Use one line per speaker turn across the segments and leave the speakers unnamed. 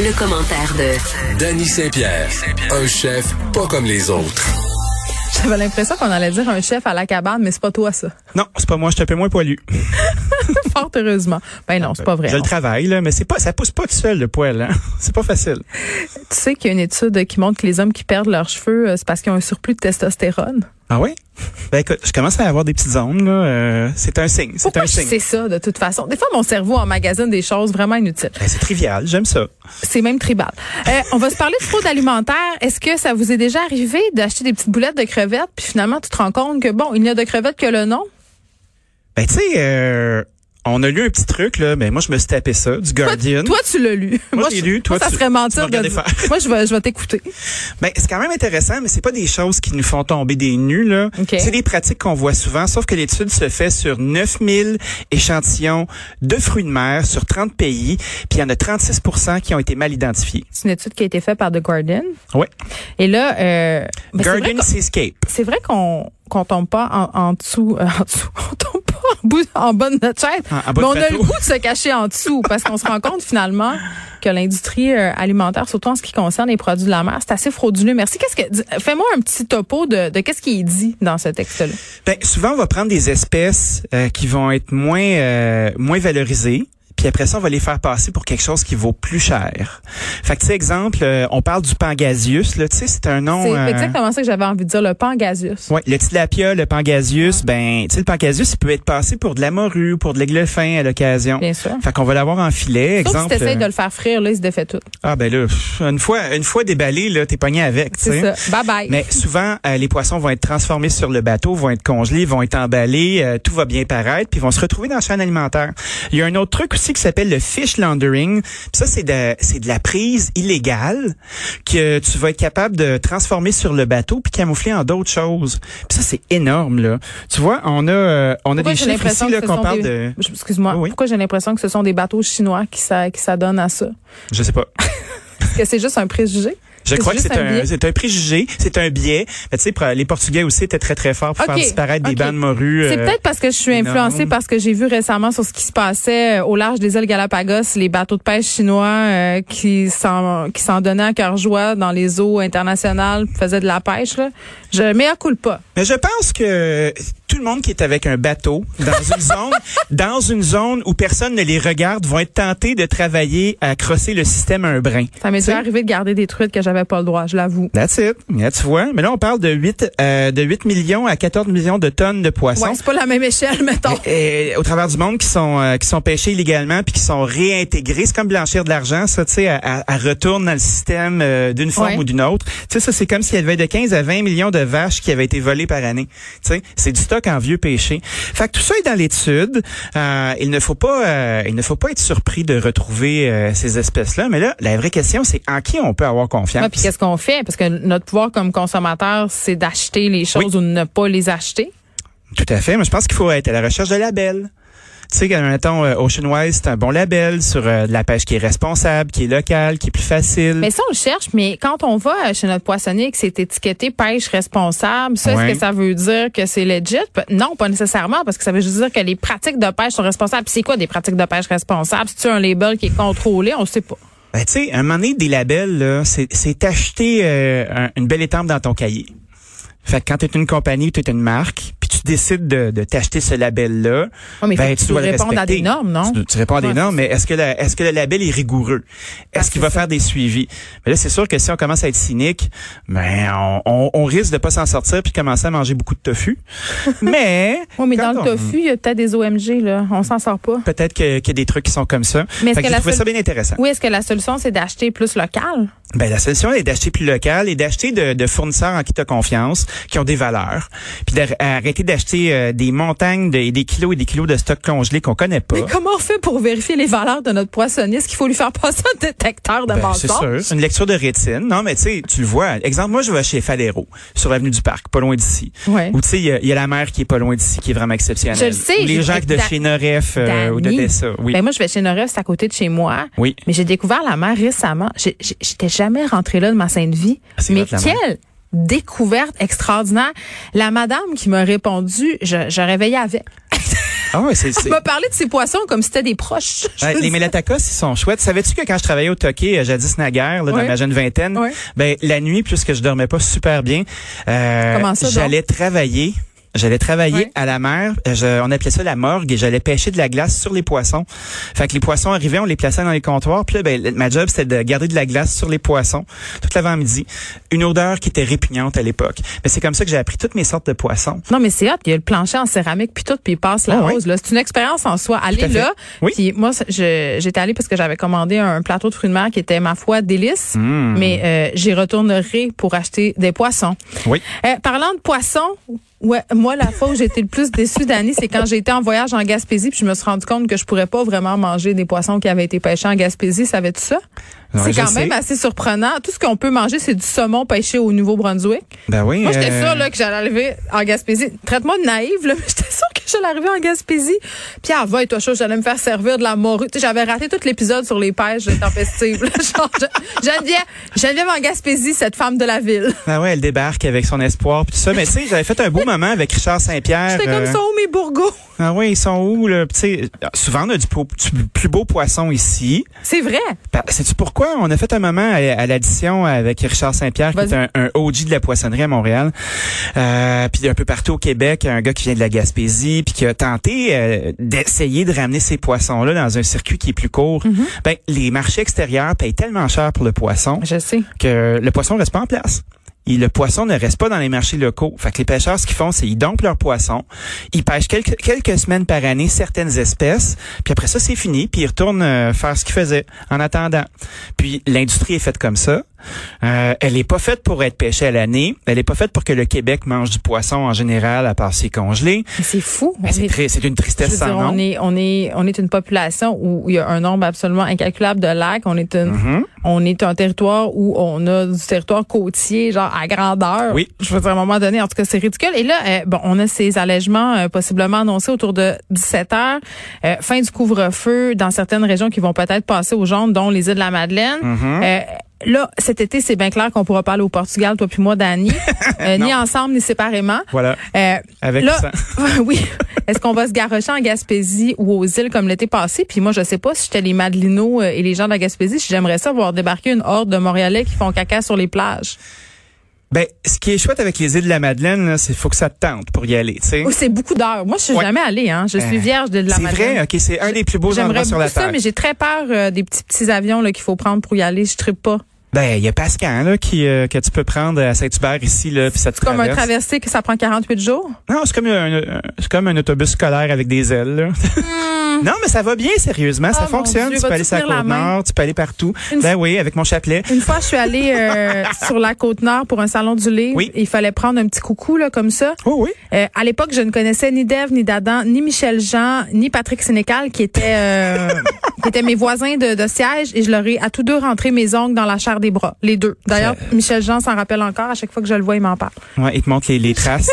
le commentaire de
Danny Saint-Pierre, un chef pas comme les autres.
J'avais l'impression qu'on allait dire un chef à la cabane, mais c'est pas toi, ça.
Non, c'est pas moi, je suis un peu moins poilu.
Fort heureusement. Ben non, c'est pas vrai.
Je le travaille, là, mais c'est pas, ça pousse pas tout seul, le poil. Hein? C'est pas facile.
Tu sais qu'il y a une étude qui montre que les hommes qui perdent leurs cheveux, euh, c'est parce qu'ils ont un surplus de testostérone.
Ah oui? Ben écoute, je commence à avoir des petites zones, là. euh, c'est un signe, c'est
Pourquoi
un
je
signe.
sais ça, de toute façon? Des fois, mon cerveau emmagasine des choses vraiment inutiles.
Ben, c'est trivial, j'aime ça.
C'est même tribal. Euh, on va se parler de fraude alimentaire. Est-ce que ça vous est déjà arrivé d'acheter des petites boulettes de crevettes, puis finalement, tu te rends compte que, bon, il n'y a de crevettes que le nom?
Ben tu sais, euh, on a lu un petit truc, là, mais moi, je me suis tapé ça, du
Toi,
Guardian.
toi, tu l'as lu.
Moi, je l'ai
je-
lu. Toi,
ça
tu-
serait
tu m'as
mentir de
regardé
dire-
faire.
Moi, je vais, je vais t'écouter.
Ben, c'est quand même intéressant, mais c'est pas des choses qui nous font tomber des nus, là.
OK.
C'est des pratiques qu'on voit souvent, sauf que l'étude se fait sur 9000 échantillons de fruits de mer sur 30 pays, puis il y en a 36 qui ont été mal identifiés.
C'est une étude qui a été faite par The Guardian.
Ouais.
Et là, euh, ben, c'est vrai
Guardian
qu'on-
Seascape.
c'est vrai qu'on qu'on tombe pas en, en dessous, euh, en dessous, on tombe pas en, bout, en bas de notre chaise.
En- en
mais
bas
on
du
a le
plateau.
goût de se cacher en dessous parce qu'on se rend compte finalement que l'industrie euh, alimentaire, surtout en ce qui concerne les produits de la mer, c'est assez frauduleux. Merci. Qu'est-ce que dis- fais-moi un petit topo de, de qu'est-ce qui est dit dans ce texte-là.
Ben, souvent, on va prendre des espèces euh, qui vont être moins euh, moins valorisées. Puis après ça, on va les faire passer pour quelque chose qui vaut plus cher. Fait que, tu sais, exemple, euh, on parle du pangasius, là, tu sais, c'est un nom...
C'est
euh,
exactement ça que j'avais envie de dire, le pangasius.
Ouais, le tilapia, le pangasius, ben, tu sais, le pangasius, il peut être passé pour de la morue, pour de l'aigle fin à l'occasion.
Bien sûr.
Fait qu'on va l'avoir en filet,
Sauf si
exemple.
t'essayes de
euh,
le faire frire, là, il se défait tout.
Ah ben là, pff, une fois, une fois déballé, là, t'es pogné avec, tu
C'est
sais.
ça. Bye bye.
Mais souvent, euh, les poissons vont être transformés sur le bateau, vont être congelés, vont être emballés, euh, tout va bien paraître, puis vont se retrouver dans la chaîne alimentaire. Il y a un autre truc aussi qui s'appelle le fish laundering. Puis ça, c'est de, c'est de la prise illégale que tu vas être capable de transformer sur le bateau puis camoufler en d'autres choses. Puis ça, c'est énorme là. Tu vois, on a, euh, on a
Pourquoi
des
j'ai
chiffres
l'impression
ici
que
là,
ce
qu'on
sont
parle
des-
de,
Je- Excuse-moi.
Oui, oui.
Pourquoi j'ai l'impression que ce sont des bateaux chinois qui s'a- qui s'adonnent à ça?
je sais pas.
Est-ce que c'est juste un préjugé?
Je
C'est
crois que
juste
c'est
un
un,
biais?
c'est un préjugé, c'est un biais. Mais tu sais, pour- les Portugais aussi étaient très très forts pour
Ok,
faire disparaître
ok.
des bandes de morue.
C'est
euh,
peut-être parce que je suis
énorme.
influencée parce que j'ai vu récemment sur ce qui se passait euh, au large des îles Galapagos, les bateaux de pêche chinois euh, qui s'en qui s'en donnaient à cœur joie dans les eaux internationales, faisaient de la pêche. Là. Je mea culpa.
Mais je pense que tout le monde qui est avec un bateau dans une zone, dans une zone où personne ne les regarde, vont être tentés de travailler à crosser le système un brin.
Ça m'est déjà arrivé de garder des truites que j'avais pas le droit, je l'avoue.
That's it. Là, tu vois. Mais là, on parle de 8, euh, de 8 millions à 14 millions de tonnes de poissons.
Ouais, c'est pas la même échelle, mettons.
Et- et au travers du monde qui sont euh, qui sont pêchés illégalement puis qui sont réintégrés c'est comme blanchir de l'argent ça tu sais elle- elle elle retourne dans le système euh, d'une forme
Ouais.
ou d'une autre tu sais ça c'est comme s'il y avait de 15 à 20 millions de vaches qui avaient été volées par année tu sais c'est du stock en vieux péché fait que tout ça est dans l'étude Euh, il ne faut pas euh, il ne faut pas être surpris de retrouver euh, ces espèces là mais là la vraie question c'est en qui on peut avoir confiance
Ouais, puis qu'est-ce qu'on fait? Parce que notre pouvoir comme consommateur, c'est d'acheter les choses ou de ne pas les acheter.
Tout à fait, mais je pense qu'il faut être à la recherche de labels. Tu sais, quand, mettons, euh, Ocean Wise, c'est un bon label sur euh, de la pêche qui est responsable, qui est locale, qui est plus facile.
Mais ça, on le cherche, mais quand on va euh, chez notre poissonnier et que c'est étiqueté pêche responsable, ça, est-ce
Ouais.
que ça veut dire que c'est legit? Pe- Non, pas nécessairement, parce que ça veut juste dire que les pratiques de pêche sont responsables. Puis C'est quoi des pratiques de pêche responsables? C'est-tu un label qui est contrôlé? On ne sait pas.
Ben, tu sais, un moment donné, des labels, là, c'est- c'est acheter euh, un- une belle étampe dans ton cahier. Fait que quand t'es une compagnie, t'es une marque, puis tu décides de, de t'acheter ce label-là,
Ouais, mais faut
ben,
que
tu
tu
dois le
répondes à
respecter.
des normes, non?
Tu, tu réponds à des
Ouais,
normes, mais est-ce que, la- est-ce que le label est rigoureux? Est-ce qu'il va faire des suivis? Mais là, c'est sûr que si on commence à être cynique, ben, on, on- on risque de pas s'en sortir puis commencer à manger beaucoup de tofu. mais,
Oui, mais
quand
dans le
on-
tofu, il y a peut-être des OMG, là. On s'en sort pas.
Peut-être que- qu'il y a des trucs qui sont comme ça.
Mais est-ce
Fait que
que
j'ai
la
trouvé
seule-
ça bien intéressant.
Oui, est-ce que la solution, c'est d'acheter plus local?
Ben, la solution est d'acheter plus local et d'acheter de, de fournisseurs en qui tu as confiance, qui ont des valeurs, puis d'arrêter d'acheter euh, des montagnes de- et des kilos et des kilos de stocks congelés qu'on connaît pas.
Mais comment on fait pour vérifier les valeurs de notre poissonnier? Est-ce qu'il faut lui faire passer un détecteur de
Ben,
mensonges?
c'est sûr. Une lecture de rétine. Non, mais tu sais, tu le vois. Exemple, moi, je vais chez Falero, sur l'avenue du Parc, pas loin d'ici.
Ouais.
Où tu sais, il y a- il y, a la mer qui est pas loin d'ici, qui est vraiment exceptionnelle.
Je le sais,
Ou
j'ai-
les gens de
Da-
chez Noref euh, ou de
Dani.
Dessa. Oui.
Ben moi, je vais chez Nora, c'est à côté de chez moi.
Oui.
Mais j'ai découvert la mer récemment. J'ai- j'ai- J'étais jamais rentrée là de ma sainte vie.
Ah, c'est
Mais
hot, la mer.
quelle découverte extraordinaire. La madame qui m'a répondu, je, je réveillais avec.
Ah ouais, c'est.
Tu
c'est-
m'as parlé de ces poissons comme si c'était des proches.
Ouais, les mélatacos, ils sont chouettes. Savais-tu que quand je travaillais au Toqué, euh, jadis naguère, là, dans
Ouais.
ma jeune vingtaine,
Ouais.
ben la nuit, puisque je dormais pas super bien, euh,
Comment ça, donc?
j'allais travailler. J'allais travailler
Ouais.
à la mer. Euh, je- on appelait ça la morgue et j'allais pêcher de la glace sur les poissons. Fait que les poissons arrivaient, on les plaçait dans les comptoirs. Puis là, ben, le- ma job, c'était de garder de la glace sur les poissons tout l'avant-midi. Une odeur qui était répugnante à l'époque. Mais c'est comme ça que j'ai appris toutes mes sortes de poissons.
Non, mais c'est hot. Il y a le plancher en céramique, puis tout, puis il passe la
Ah oui.
rose. là. C'est une expérience en soi. Aller
à fait.
là,
Oui.
puis moi, c'est- je- j'étais allée parce que j'avais commandé un plateau de fruits de mer qui était, ma foi, délice,
Hmm.
mais euh, j'y retournerai pour acheter des poissons.
Oui.
Euh, parlant de poissons, ouais, moi, la fois où j'étais le plus déçue d'Annie, c'est quand j'étais en voyage en Gaspésie, puis je me suis rendu compte que je pourrais pas vraiment manger des poissons qui avaient été pêchés en Gaspésie. Savais-tu ça?
Ouais,
c'est
je
quand
sais.
même assez surprenant. Tout ce qu'on peut manger, c'est du saumon pêché au Nouveau-Brunswick.
Ben oui.
Moi, j'étais
euh,
sûre là, que j'allais arriver en Gaspésie. Traite-moi de naïve, là, mais j'étais sûre que j'allais arriver en Gaspésie. Puis, ah, va, et toi, chaud, j'allais me faire servir de la morue. Tu sais, j'avais raté tout l'épisode sur les pêches tempestives. là. Genre, je- Geneviève, Geneviève en Gaspésie, cette femme de la ville.
Ah ouais, elle débarque avec son espoir puis tout ça. Mais tu sais, j'avais fait un beau moment avec Richard Saint-Pierre.
J'étais comme
euh,
ça, oh, mes bourgots.
Ah ouais, ils sont où là Puis Tu sais, souvent on a du, po- du plus beau poisson ici.
C'est vrai.
Bah, Sais-tu pourquoi On a fait un moment à, à l'addition avec Richard Saint-Pierre, qui
Vas-y.
est un, un OG de la poissonnerie à Montréal, euh, puis un peu partout au Québec, un gars qui vient de la Gaspésie, puis qui a tenté euh, d'essayer de ramener ces poissons-là dans un circuit qui est plus court.
Mm-hmm.
Ben les marchés extérieurs payent tellement cher pour le poisson
Je sais.
que le poisson reste pas en place. Et le poisson ne reste pas dans les marchés locaux. Fait que les pêcheurs, ce qu'ils font, c'est ils dompent leur poisson, ils pêchent quelques, quelques semaines par année certaines espèces, puis après ça, c'est fini, puis ils retournent euh, faire ce qu'ils faisaient en attendant. Puis l'industrie est faite comme ça. Euh, elle est pas faite pour être pêchée à l'année. Elle est pas faite pour que le Québec mange du poisson en général, à part s'il est congelé.
Mais c'est fou.
Mais
On
c'est
est-
très- c'est une
Ben je veux
tristesse
dire,
sans
on
nom.
est, on est, on est une population où il y a un nombre absolument incalculable de lacs. On est une,
Mm-hmm.
on est un territoire où on a du territoire côtier, genre à grandeur.
Oui.
Je veux dire, à un moment donné, en tout cas, c'est ridicule. Et là, euh, bon, on a ces allègements euh, possiblement annoncés autour de 17 heures. Euh, fin du couvre-feu dans certaines régions qui vont peut-être passer aux jaunes, dont les îles de la Madeleine.
Mm-hmm.
Euh, Là, cet été, c'est bien clair qu'on pourra pas aller au Portugal, toi puis moi, Dani, Euh, ni ensemble ni séparément.
Voilà.
Euh,
Avec
là,
ça.
oui. Est-ce qu'on va se garrocher en Gaspésie ou aux îles comme l'été passé? Puis moi, je sais pas si j'étais les Madelinos euh, et les gens de la Gaspésie, si j'aimerais ça voir débarquer une horde de Montréalais qui font caca sur les plages.
Ben, ce qui est chouette avec les îles de la Madeleine, là, c'est faut que ça te tente pour y aller, tu sais.
Oui, Oh, c'est beaucoup d'heures. Moi, je suis
Ouais.
jamais allée, hein. Je suis
Euh,
vierge de la
C'est
Madeleine.
vrai, ok, c'est un des plus beaux
J'aimerais
endroits sur la
beaucoup ça,
terre.
mais j'ai très peur euh, des petits petits avions là qu'il faut prendre pour y aller. Je ne pas.
Ben, il y a Pascal là qui euh, que tu peux prendre à Saint-Hubert ici là, puis ça te
C'est comme un
traverse.
traversé que ça prend 48 jours.
non, c'est comme un, un- c'est comme un autobus scolaire avec des ailes. Là. non, mais ça va bien sérieusement,
Hmm. Ah,
ça
mon
fonctionne.
Dieu,
tu peux
vas-tu
aller sur la
tenir la
côte
main?
nord, tu peux aller partout.
Une
Ben oui, avec mon chapelet.
Une fois, je suis allée euh, sur la côte nord pour un salon du livre.
Oui.
Il fallait prendre un petit coucou là comme ça.
Oh oui.
Euh, à l'époque, je ne connaissais ni Dave, ni Dadan, ni Michel Jean, ni Patrick Sénécal, qui étaient, euh, qui étaient mes voisins de, de siège, et je leur ai à tous deux rentré mes ongles dans la chair des bras, les deux. D'ailleurs, Michel Jean s'en rappelle encore. À chaque fois que je le vois, il m'en parle.
Ouais, il te montre les, les traces,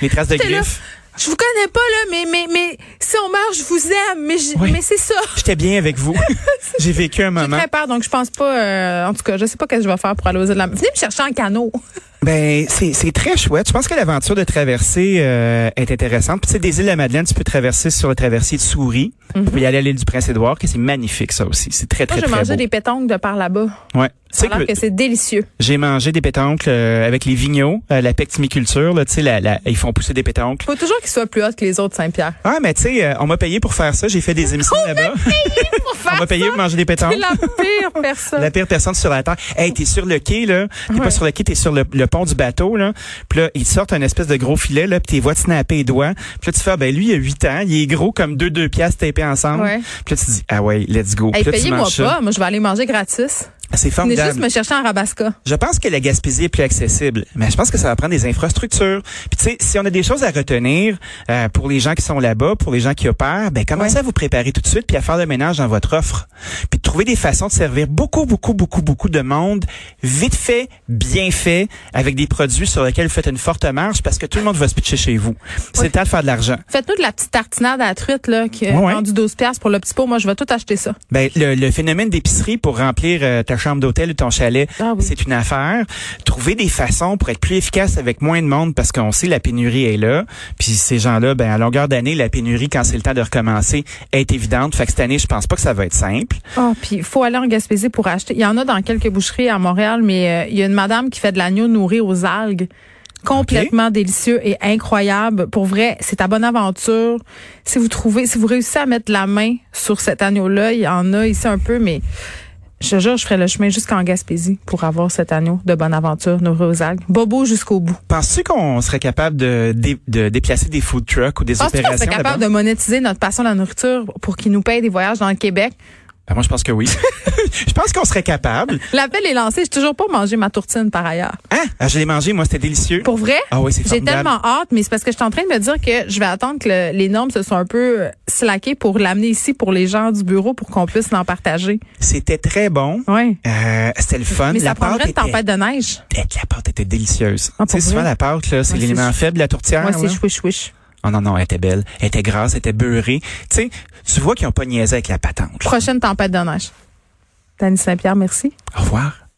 les traces de
J'étais là,
griffes.
Je vous connais pas là, mais mais mais si on meurt, je vous aime, mais je-
Oui.
mais c'est ça.
J'étais bien avec vous. J'ai vécu un
J'ai
moment.
très peur, donc je pense pas. euh, en tout cas, je sais pas qu'est-ce que je vais faire pour aller aux îles de la. Venez me chercher en canot.
Ben, c'est c'est très chouette. Je pense que l'aventure de traverser euh, est intéressante. Puis, tu sais, des îles de la Madeleine, tu peux traverser sur le traversier de Souris. Tu peux y aller à l'île du Prince-Édouard, que c'est magnifique, ça aussi. C'est très,
Mhm. Moi,
très,
je vais
très
manger
beau.
des pétanques de par là-bas.
Ouais. Tu sais
Alors que
que
c'est délicieux.
j'ai mangé des pétoncles euh, avec les vignots, euh, la pectimiculture, là, tu sais, la, la- ils font pousser des pétoncles.
Faut toujours qu'ils soient plus hauts que les autres Saint-Pierre.
Ah, mais tu sais, euh, on m'a payé pour faire ça. J'ai fait
Oh
des émissions
Pour
là-bas. on m'a
faire
payé pour manger des
C'est
pétoncles.
la pire personne.
La pire personne sur la terre. Hey, t'es sur le quai, là. T'es pas sur le quai, t'es sur le, le pont du bateau, là. Puis là, ils te sortent un espèce de gros filet, là, puis t'es vois te snapper les doigts. Puis là, tu fais, ah, ben lui, il a 8 ans, il est gros comme deux deux piastres tapés ensemble.
Ouais.
Puis là, tu dis, ah ouais, let's go.
Hey,
Puis là, tu
payez-moi
manges ça.
pas, moi je vais aller manger gratis.
C'est
Venez
formidable.
juste me chercher en Rabasca.
Je pense que la Gaspésie est plus accessible, mais je pense que ça va prendre des infrastructures. Puis tu sais, si on a des choses à retenir euh, pour les gens qui sont là-bas, pour les gens qui opèrent, ben commencez
Ouais.
à vous préparer tout de suite puis à faire le ménage dans votre offre, puis de trouver des façons de servir beaucoup beaucoup beaucoup beaucoup de monde vite fait, bien fait avec des produits sur lesquels vous faites une forte marge parce que tout le monde va se pitcher chez vous. C'est le temps de faire de l'argent.
Faites-nous de la petite tartinade à la truite là, qui est
Ouais, ouais.
vendue 12$ piastres pour le petit pot. Moi, je vais tout acheter ça.
Ben le, le phénomène d'épicerie pour remplir euh, ta chambre d'hôtel ou ton chalet,
Ah oui.
c'est une affaire. Trouver des façons pour être plus efficace avec moins de monde parce qu'on sait la pénurie est là. Puis ces gens-là, ben à longueur d'année, la pénurie quand c'est le temps de recommencer est évidente. Fait que cette année, je pense pas que ça va être simple.
Ah, puis il faut aller en Gaspésie pour acheter. Il y en a dans quelques boucheries à Montréal, mais euh, il y a une madame qui fait de l'agneau nourri aux algues. Complètement délicieux et incroyable. Pour vrai, c'est à bonne aventure. Si vous trouvez, si vous réussissez à mettre la main sur cet agneau-là, il y en a ici un peu, mais je te jure, je ferai le chemin jusqu'en Gaspésie pour avoir cet agneau de bonne aventure nourri aux algues. Bobo jusqu'au bout.
Penses-tu qu'on serait capable de, dé- de déplacer des food trucks ou des
Penses-tu qu'on serait
opérations là-bas?
capable de monétiser notre passion de la nourriture pour qu'ils nous payent des voyages dans le Québec?
Ben, moi, je pense que oui. je pense qu'on serait capable.
L'appel est lancé. J'ai toujours pas mangé ma tourtine par ailleurs.
Hein? Ah, je l'ai mangé, moi, c'était délicieux.
Pour vrai?
Ah oui, c'est
J'ai
formidable.
tellement hâte, mais c'est parce que je suis en train de me dire que je vais attendre que le- les normes se soient un peu euh, slackées pour l'amener ici pour les gens du bureau pour qu'on puisse l'en partager.
C'était très bon.
Oui.
Euh, c'était le fun.
Mais
la
ça prendrait
pâte
une tempête de neige.
était... La pâte était délicieuse.
Ah,
tu sais,
pour
souvent,
vrai?
la pâte, là, c'est
Moi,
l'élément
c'est-
faible de la tourtière.
Moi, c'est
là.
chouiche chouiche.
Oh non, non, elle était belle. Elle était grasse, elle était beurrée. Tu sais, tu vois qu'ils ont pas niaisé avec la patente. là.
Prochaine tempête de neige. Dany Saint-Pierre, merci.
Au revoir.